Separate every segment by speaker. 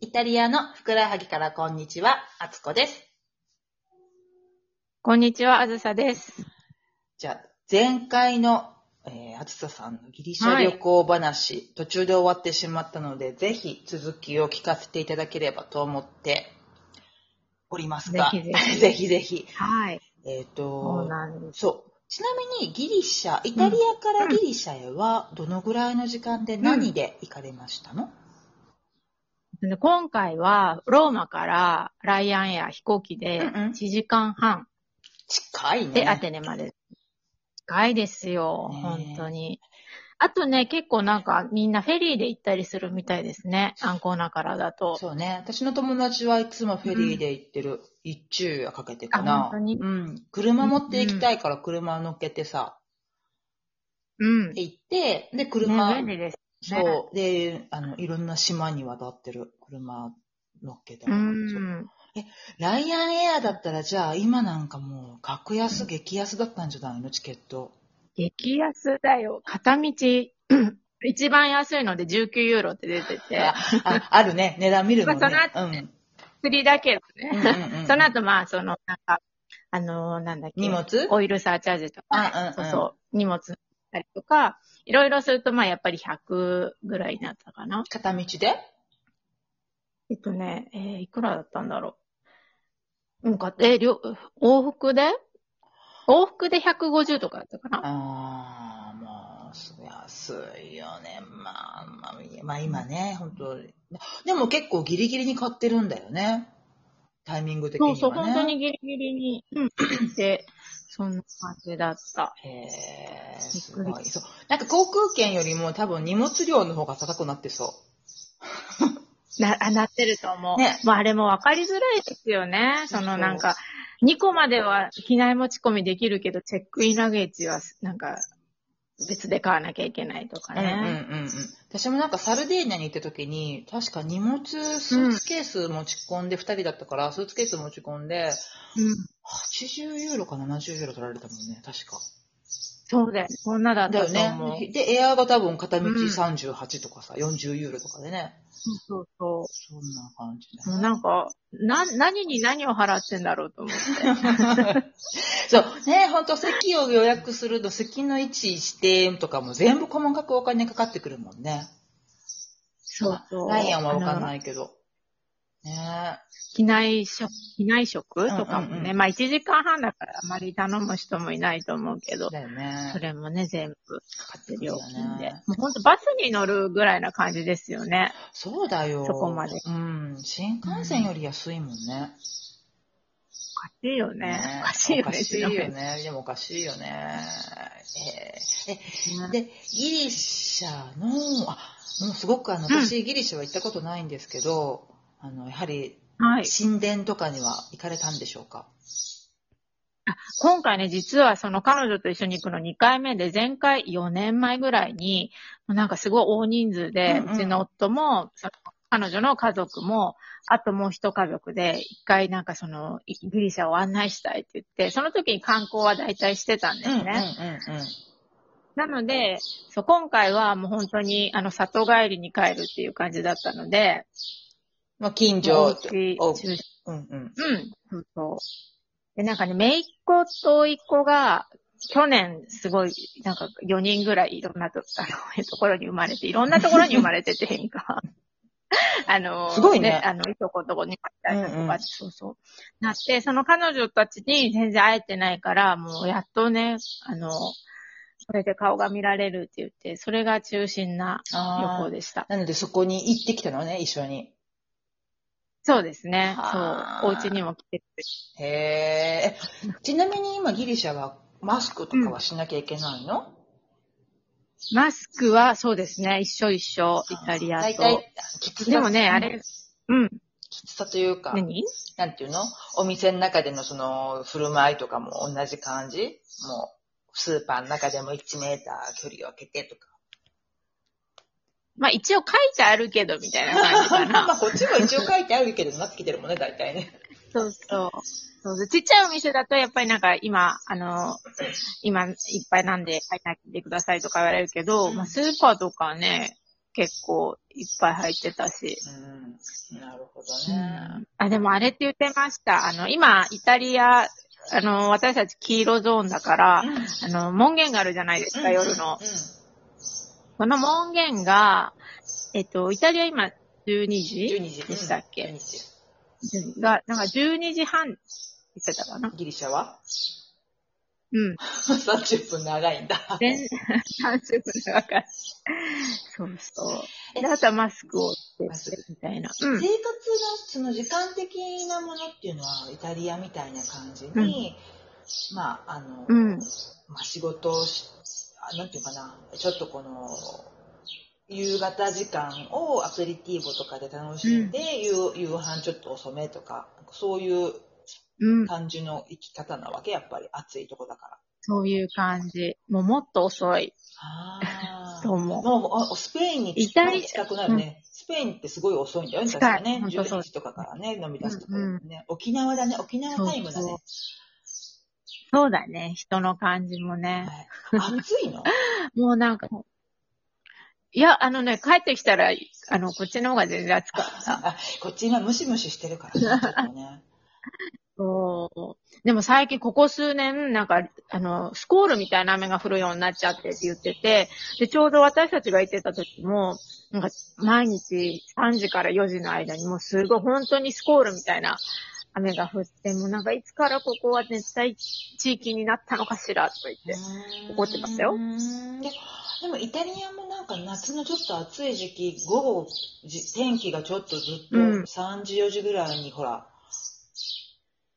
Speaker 1: イタリアのふくらはぎからこんにちは、あつこです。
Speaker 2: こんにちは、あずさです。
Speaker 1: じゃあ、前回の、えー、あつささんのギリシャ旅行話、途中で終わってしまったので、ぜひ続きを聞かせていただければと思っておりますが、
Speaker 2: ぜひぜ ひ
Speaker 1: ぜひぜひ
Speaker 2: はい。
Speaker 1: えっ、
Speaker 2: そう
Speaker 1: と、
Speaker 2: なんです。
Speaker 1: そう。ちなみにギリシャ、イタリアからギリシャへは、どのぐらいの時間で何で行かれましたの、
Speaker 2: で今回は、ローマからライアンエア飛行機で
Speaker 1: うんうん
Speaker 2: 1時間半
Speaker 1: 近いね。
Speaker 2: でアテネまで。近いですよ、
Speaker 1: ねえ
Speaker 2: 本当に。あとね、結構なんかみんなフェリーで行ったりするみたいですね。アンコーナからだと。
Speaker 1: そうね。私の友達はいつもフェリーで行ってる。一昼夜かけてかな。
Speaker 2: あ本当に
Speaker 1: うん。車持って行きたいから車乗っけてさ、
Speaker 2: うん。ね
Speaker 1: 行って、で、車、
Speaker 2: 便利です。
Speaker 1: そう。で、あの、いろんな島に渡ってる車乗っけて
Speaker 2: う
Speaker 1: もらってそう。
Speaker 2: ん。
Speaker 1: ライアンエアだったら、じゃあ今なんかもう、格安、激安だったんじゃないのチケット。
Speaker 2: 激安だよ。片道、一番安いので19ユーロって出てて
Speaker 1: あ。、あある ね。値段見るのね。
Speaker 2: まあそ
Speaker 1: うん。
Speaker 2: 釣りだけどね。
Speaker 1: うんうんうん
Speaker 2: その後、まあ、その、なんか、あのーなんだっけ。
Speaker 1: 荷物
Speaker 2: オイルサーチャージと
Speaker 1: うんうんう
Speaker 2: か、
Speaker 1: ん
Speaker 2: そうそう、荷物たりとか、いろいろすると、まあ、やっぱり100ぐらいになったかな。
Speaker 1: 片道で
Speaker 2: えっとね、えーいくらだったんだろう。うんか、え、両、往復で往復で150とかだったかな。
Speaker 1: ああ、もう、す安いよね。まあ、まあ、まあ、今ね、本当でも結構ギリギリに買ってるんだよね。タイミング的には
Speaker 2: そ
Speaker 1: ね。
Speaker 2: うそう、本当にギリギリに、うん、で、そんな感じだった。
Speaker 1: へえ、すごい。そう。なんか航空券よりも多分荷物量の方が高くなってそ
Speaker 2: な、あなってると思う。
Speaker 1: ね
Speaker 2: まあ、あれも分かりづらいですよね。そ
Speaker 1: そう
Speaker 2: のなんか、2個までは機内持ち込みできるけど、チェックインラゲージは、なんか、別で買わなきゃいけないとか
Speaker 1: う。うんうんうん
Speaker 2: ね。
Speaker 1: うん。私もなんかサルデーニャに行った時に、確か荷物、スーツケース持ち込んで、二人だったから、スーツケース持ち込んで、
Speaker 2: うん
Speaker 1: 80ユーロか70ユーロ取られたもんね、確か。
Speaker 2: そうだよ。こんなだっ
Speaker 1: だ
Speaker 2: た
Speaker 1: よ
Speaker 2: と思う。
Speaker 1: ね。で、エアーが多分片道
Speaker 2: うん
Speaker 1: 38とかさ、40ユーロとかでね。
Speaker 2: そうそうそ
Speaker 1: そんな感じ
Speaker 2: う。も
Speaker 1: だ
Speaker 2: うなんか、な、何に何を払ってんだろうと思って。
Speaker 1: ね。そう。ね、ほんと席を予約すると、席の位置、指定とかも全部細かくお金かかってくるもんね。
Speaker 2: そうそう。。
Speaker 1: ライアンはわかんないいけど。ね
Speaker 2: 機内食、機内食とかもね。
Speaker 1: うんうんうん
Speaker 2: まあ、1時間半だからあまり頼む人もいないと思うけど。
Speaker 1: だよね
Speaker 2: そ。れもね、全部
Speaker 1: かかって
Speaker 2: で
Speaker 1: くる
Speaker 2: 料
Speaker 1: よ
Speaker 2: 金で
Speaker 1: ね。。
Speaker 2: もうほんとバスに乗るぐらいな感じですよね。
Speaker 1: そうだよ。
Speaker 2: そこまで
Speaker 1: うん。新幹線より安いもんね。
Speaker 2: おかしいよね。おかしい
Speaker 1: お
Speaker 2: よ
Speaker 1: か
Speaker 2: ね。
Speaker 1: しいよ
Speaker 2: 違うよね
Speaker 1: ね。でもおかしいよね。えーえ、で、ギリシャの、あ、もうすごくあの、
Speaker 2: うん
Speaker 1: 私、ギリシャは行ったことないんですけど、あの、やはり、
Speaker 2: はい。
Speaker 1: 神殿とかには行かれたんでしょうか、
Speaker 2: 今回ね、実はその彼女と一緒に行くの2回目で、前回4年前ぐらいに、なんかすごい大人数で、
Speaker 1: うんうん
Speaker 2: うちの夫も、その彼女の家族も、あともう一家族で、一回なんかその、いギリシャを案内したいって言って、その時に観光は大体してたんですね。
Speaker 1: うんうんうん。
Speaker 2: なので、そう、今回はもう本当に、あの、里帰りに帰るっていう感じだったので、
Speaker 1: まあ、近所
Speaker 2: お家
Speaker 1: おう
Speaker 2: 中心
Speaker 1: うんうん。
Speaker 2: うん、そうそう。で、なんかね、姪っ子と甥っ子が、去年すごい、なんか4人ぐらいいろんなとあのところに生まれて、いろんなところに生まれてて、変化。あの、
Speaker 1: すごいね
Speaker 2: あの、いとことこに生まれたりと
Speaker 1: うん
Speaker 2: か、
Speaker 1: うん
Speaker 2: そうそう。なって、その彼女たちに全然会えてないから、もうやっとね、あの、それで顔が見られるって言って、それが中心な旅
Speaker 1: あ
Speaker 2: 行
Speaker 1: あ。
Speaker 2: でした。
Speaker 1: なので、そこに行ってきたのね、一緒に。
Speaker 2: そうですね。
Speaker 1: はあ
Speaker 2: そう。お家にも来てくれて
Speaker 1: へえ。ちなみに今、ギリシャはマスクとかはしなきゃいけないの、
Speaker 2: マスクは、そうですね。一緒一緒。イタリア
Speaker 1: 大
Speaker 2: と。
Speaker 1: 体、きつさ。
Speaker 2: でもね、あれ、うん。
Speaker 1: きつさというか。
Speaker 2: 何
Speaker 1: なんていうのお店の中でのその振る舞いとかも同じ感じもうスーパーの中でも1メーター距離を空けてとか。
Speaker 2: まあ一応書いてあるけど、みたいな感じかな。
Speaker 1: まあこっちも一応書いてあるけどなってきてるもんね、大体ね。
Speaker 2: そうそう。そうそうちっちゃいお店だと、やっぱりなんか今、あの、今いっぱいなんで書いてあげてくださいとか言われるけ
Speaker 1: う
Speaker 2: ど、
Speaker 1: ん
Speaker 2: まあスーパーとかね、結構いっぱい入ってたし。
Speaker 1: うん。なるほどね。
Speaker 2: あ、でもあれって言ってました。あの、今、イタリア、あの、私たち黄色ゾーンだから、
Speaker 1: うん
Speaker 2: あの、門限があるじゃないですか、夜の。
Speaker 1: う
Speaker 2: この門限が、えっと、イタリア今、12
Speaker 1: ん。
Speaker 2: 時
Speaker 1: 12時
Speaker 2: でしたっけ
Speaker 1: うん12時
Speaker 2: が、なんか12時半って言ってたかな
Speaker 1: ギリシャは
Speaker 2: うん。
Speaker 1: ?30 分長いんだ。
Speaker 2: 全、30分長かった。そうそう。で、あとはマスクをして
Speaker 1: マスク
Speaker 2: みたいな。
Speaker 1: 生
Speaker 2: うん
Speaker 1: 活。の、その時間的なものっていうのは、イタリアみたいな感じに、まあ、あの、
Speaker 2: うん
Speaker 1: まあ、仕事をし、あなんていうかな、ちょっとこの、夕方時間をアペリティーボとかで楽しんで、夕夕飯ちょっと遅めとか、そういう
Speaker 2: うん。
Speaker 1: 感じの生き方なわけ、やっぱり暑いとこだ から。
Speaker 2: そういう感じ。もうもっと遅い
Speaker 1: あー
Speaker 2: と思う。
Speaker 1: もうあ、スペインに
Speaker 2: イタリア
Speaker 1: 近くなるね。スペインってすごい遅いんだよね、
Speaker 2: 近
Speaker 1: 確
Speaker 2: い
Speaker 1: かね。
Speaker 2: ほんとそう
Speaker 1: 11時とかからね、飲み出すとかね、沖縄だね、沖縄タイムだね。
Speaker 2: そうだね。人の感じもね。
Speaker 1: はい暑い の
Speaker 2: もうなんか、いや、あのね、帰ってきたら、あの、こっちの方が全然暑かった。
Speaker 1: あこっち今ムシムシしてるからね、ちょっとね。
Speaker 2: そう。でも最近ここ数年、なんか、あの、スコールみたいな雨が降るようになっちゃってって言ってて、で、ちょうど私たちが行ってた時も、なんか、毎日3時から4時の間にもうすごい本当にスコールみたいな雨が降って、もうなんかいつからここは熱帯地域になったのかしらとか言って。 怒ってましたよ
Speaker 1: うーんででもイタリアもなんか夏のちょっと暑い時期、午後、じ天気がちょっとずっと
Speaker 2: うん
Speaker 1: 3時4時ぐらいにほら、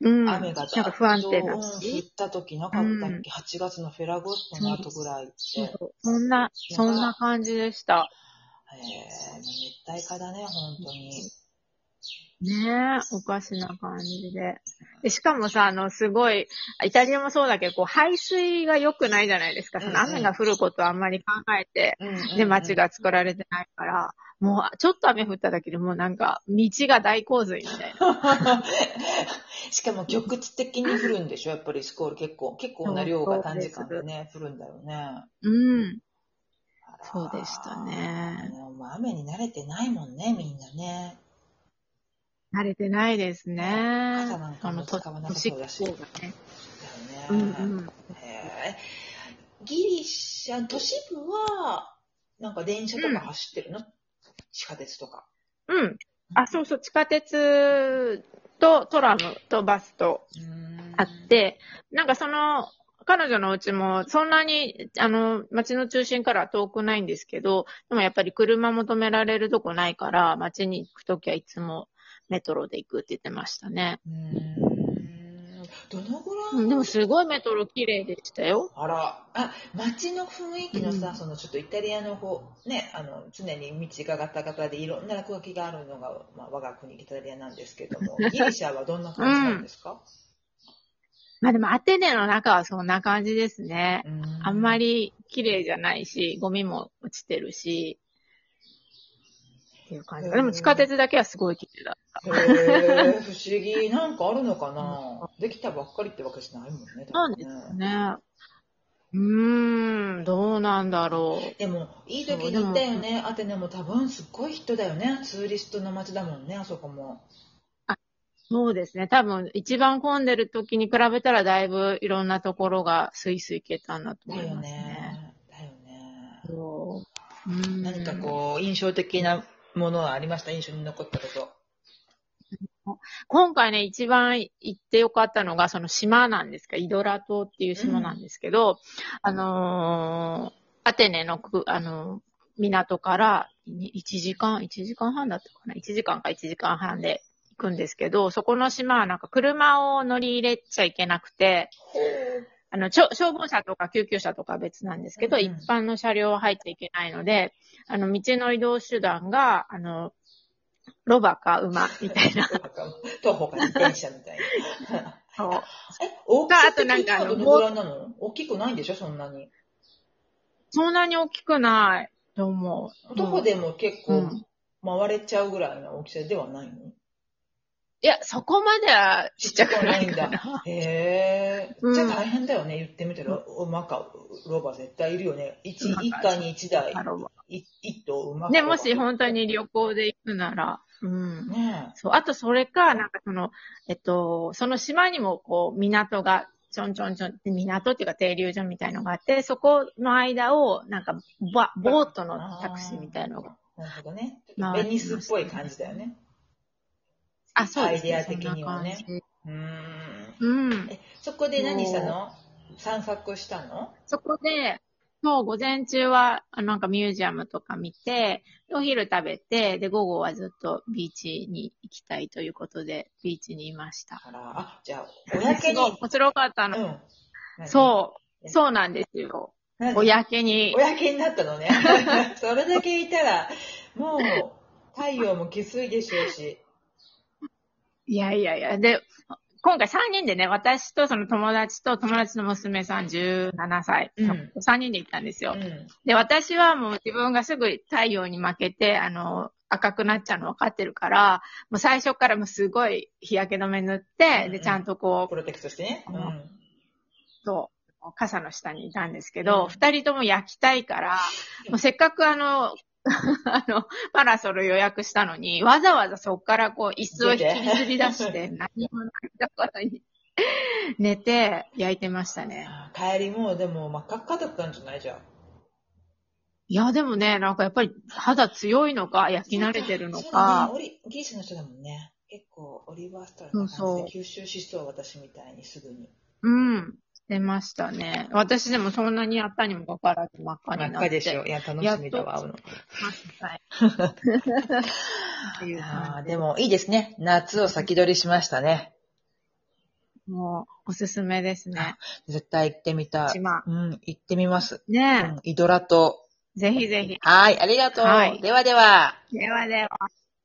Speaker 2: うん。
Speaker 1: 雨が
Speaker 2: なんか不安定
Speaker 1: な
Speaker 2: な
Speaker 1: 降
Speaker 2: し。
Speaker 1: った時なかったっ
Speaker 2: うん
Speaker 1: け、?8 月のフェラゴストの後ぐらいって。
Speaker 2: そうそんな、そんな感じでした。
Speaker 1: えー、熱帯化だね、本当に。
Speaker 2: ねえ、おかしな感じで。で、しかもさ、あの、すごい、イタリアもそうだけど、こう、排水が良くないじゃないですか。そ
Speaker 1: う
Speaker 2: の
Speaker 1: んうん
Speaker 2: 雨が降ることはあんまり考えて、で、街が作られてないから、もう、ちょっと雨降っただけでもうなんか、道が大洪水みたいな。
Speaker 1: しかも局地的に降るんでしょやっぱりスコール結構、結構な量が短時間でね、降るんだよね。
Speaker 2: うん。
Speaker 1: あら
Speaker 2: そうでした。ね。
Speaker 1: もう雨に慣れてないもんね、みんなね。
Speaker 2: 慣れてないですね。
Speaker 1: 傘なんか
Speaker 2: あ
Speaker 1: も
Speaker 2: の、と
Speaker 1: 使わなさそうだし
Speaker 2: 都市っ子がね。
Speaker 1: だ
Speaker 2: う
Speaker 1: よ
Speaker 2: ん
Speaker 1: ね。
Speaker 2: うん。
Speaker 1: へーギリシャ、都市部は、なんか電車とか走ってるの、地下鉄とか。
Speaker 2: うん。あ、そうそう、地下鉄とトラムとバスとあって、なんかその、彼女のうちも、そんなに、あの、街の中心からは遠くないんですけど、でもやっぱり車も止められるとこないから、街に行くときはいつもメトロで行くって言ってましたね。
Speaker 1: うーん。どのぐらいの、
Speaker 2: うんでもすごいメトロ綺麗でしたよ。
Speaker 1: あら、あ、街の雰囲気のさ、
Speaker 2: うん
Speaker 1: そのちょっとイタリアの方、ね、あの、常に道がガタガタでいろんな落書きがあるのが、まあ、我が国イタリアなんですけど も、ギリシャはどんな感じなんですか、
Speaker 2: まあでもアテネの中はそんな感じですね。あんま
Speaker 1: り。
Speaker 2: り綺麗じゃないし、ゴミも落ちてるし、っていう感じ。でも地下鉄だけはすごい綺麗だった。
Speaker 1: へえ、不思 議。なんかあるのかなできたばっかりってわけじゃないもんね。多分ね
Speaker 2: ね。うーん、どうなんだろう。
Speaker 1: でも、いい時に行ったよね。アテネも多分すっごい人だよね。ツーリストの街だもんね、あそこも。
Speaker 2: そうですね。多分、一番混んでる時に比べたら、だいぶいろんなところがスイスイ行けたんだと
Speaker 1: だ
Speaker 2: 思い
Speaker 1: よ
Speaker 2: ますね。
Speaker 1: ね。だよね。
Speaker 2: そううん
Speaker 1: 何かこう、印象的なものはありました印象に残ったこと。
Speaker 2: 今回ね、一番行ってよかったのが、その島なんですか、イドラ島っていう島なんですけど、あのーアテネのく、あのー港からに1時間、1時間半だったかな ?1 時間か1時間半で行くんですけど、そこの島はなんか車を乗り入れちゃいけなくて、あの、ちょ消防車とか救急車とかは別なんですけど、
Speaker 1: うんうん
Speaker 2: 一般の車両は入っちゃいけないので、あの、道の移動手段が、あの、ロバか馬みたいな。
Speaker 1: 徒歩か自転車みたいな。
Speaker 2: そう
Speaker 1: え、大きさ的には
Speaker 2: あとなんかあの
Speaker 1: どのぐらいなの大きくないんでしょそんなに。
Speaker 2: そんなに大きくないと思う。
Speaker 1: 徒歩でも結
Speaker 2: う
Speaker 1: 構
Speaker 2: ん
Speaker 1: 回れちゃうぐらいの大きさではないの
Speaker 2: いや、そこまではちっちゃくない
Speaker 1: ちっちゃ
Speaker 2: か
Speaker 1: くない
Speaker 2: な。
Speaker 1: へえ。
Speaker 2: うん
Speaker 1: じゃあ大変だよね。言ってみたら、馬かロバ絶対いるよね。一
Speaker 2: 馬か
Speaker 1: 一家に一台
Speaker 2: あ。の
Speaker 1: い一頭 馬
Speaker 2: ね、もし本当に旅行で行くなら、うん。
Speaker 1: ね
Speaker 2: そう、あとそれか、なんかその、えっと、その島にもこう、港が、ちょんちょんちょんって、港っていうか停留所みたいのがあって、そこの間を、なんか、ば、ボートのタクシーみたいのが。
Speaker 1: え。なるほどね。ちょっとベニスっぽい感じだよね。
Speaker 2: あ、そうですね。
Speaker 1: アイデア的にはね
Speaker 2: そんな
Speaker 1: うーん。
Speaker 2: 感じ。うん。
Speaker 1: え、そこで何したの散策したの
Speaker 2: そこで、そう、午前中は、あなんかミュージアムとか見て、お昼食べて、で、午後はずっとビーチに行きたいということで、ビーチにいました。
Speaker 1: あら、あ、じゃあ、おやけに。
Speaker 2: 面白かったの。
Speaker 1: うん。
Speaker 2: そう、そうなんですよ。
Speaker 1: う
Speaker 2: おやけに
Speaker 1: お。やけになった のね。それだけいたら、もう、太陽もきついでしょうし。
Speaker 2: いやいやいや、で、今回3人でね、私とその友達と友達の娘さん17歳、
Speaker 1: うん
Speaker 2: 3人で行ったんですよ。
Speaker 1: うん。
Speaker 2: で、私はもう自分がすぐ太陽に負けて、あの、赤くなっちゃうの分かってるから、もう最初からもうすごい日焼け止め塗っ
Speaker 1: うんう
Speaker 2: て、
Speaker 1: ん
Speaker 2: で、ちゃんとこ
Speaker 1: プロテクトしてね。う
Speaker 2: う
Speaker 1: んん。
Speaker 2: う、そう、傘の下にいたんですけど、
Speaker 1: うん
Speaker 2: 二人とも焼きたいから、もうせっかくあの、 あの、パラソル予約したのに、わざわざそこからこう、椅子を引きずり出して、何もないところに 寝て焼いてましたね。
Speaker 1: あー帰りも、でも、真っ赤っかだったんじゃないじゃん。
Speaker 2: いや、でもね、なんかやっぱり肌強いのか、焼き慣れてるの
Speaker 1: そうだね
Speaker 2: か、
Speaker 1: オリギリシャの人だもんね。結構、オリバースター
Speaker 2: そう
Speaker 1: 吸収しそう、私みたいにすぐに。
Speaker 2: うん、出ましたね。私でもそんなにやったにもかからず真っ赤になって。
Speaker 1: いや、楽
Speaker 2: しみだわ
Speaker 1: うの。
Speaker 2: はい。っていう
Speaker 1: あ
Speaker 2: 感
Speaker 1: あ、でも、いいですね。夏を先取りしましたね。
Speaker 2: じ。もう、おすすめですね。
Speaker 1: 絶対行ってみたい。
Speaker 2: 島。
Speaker 1: うん、行ってみます。う
Speaker 2: ね
Speaker 1: ん、イドラ島。
Speaker 2: え、ぜひぜひ。
Speaker 1: はい、ありがとう。
Speaker 2: はい
Speaker 1: ではでは。
Speaker 2: ではでは。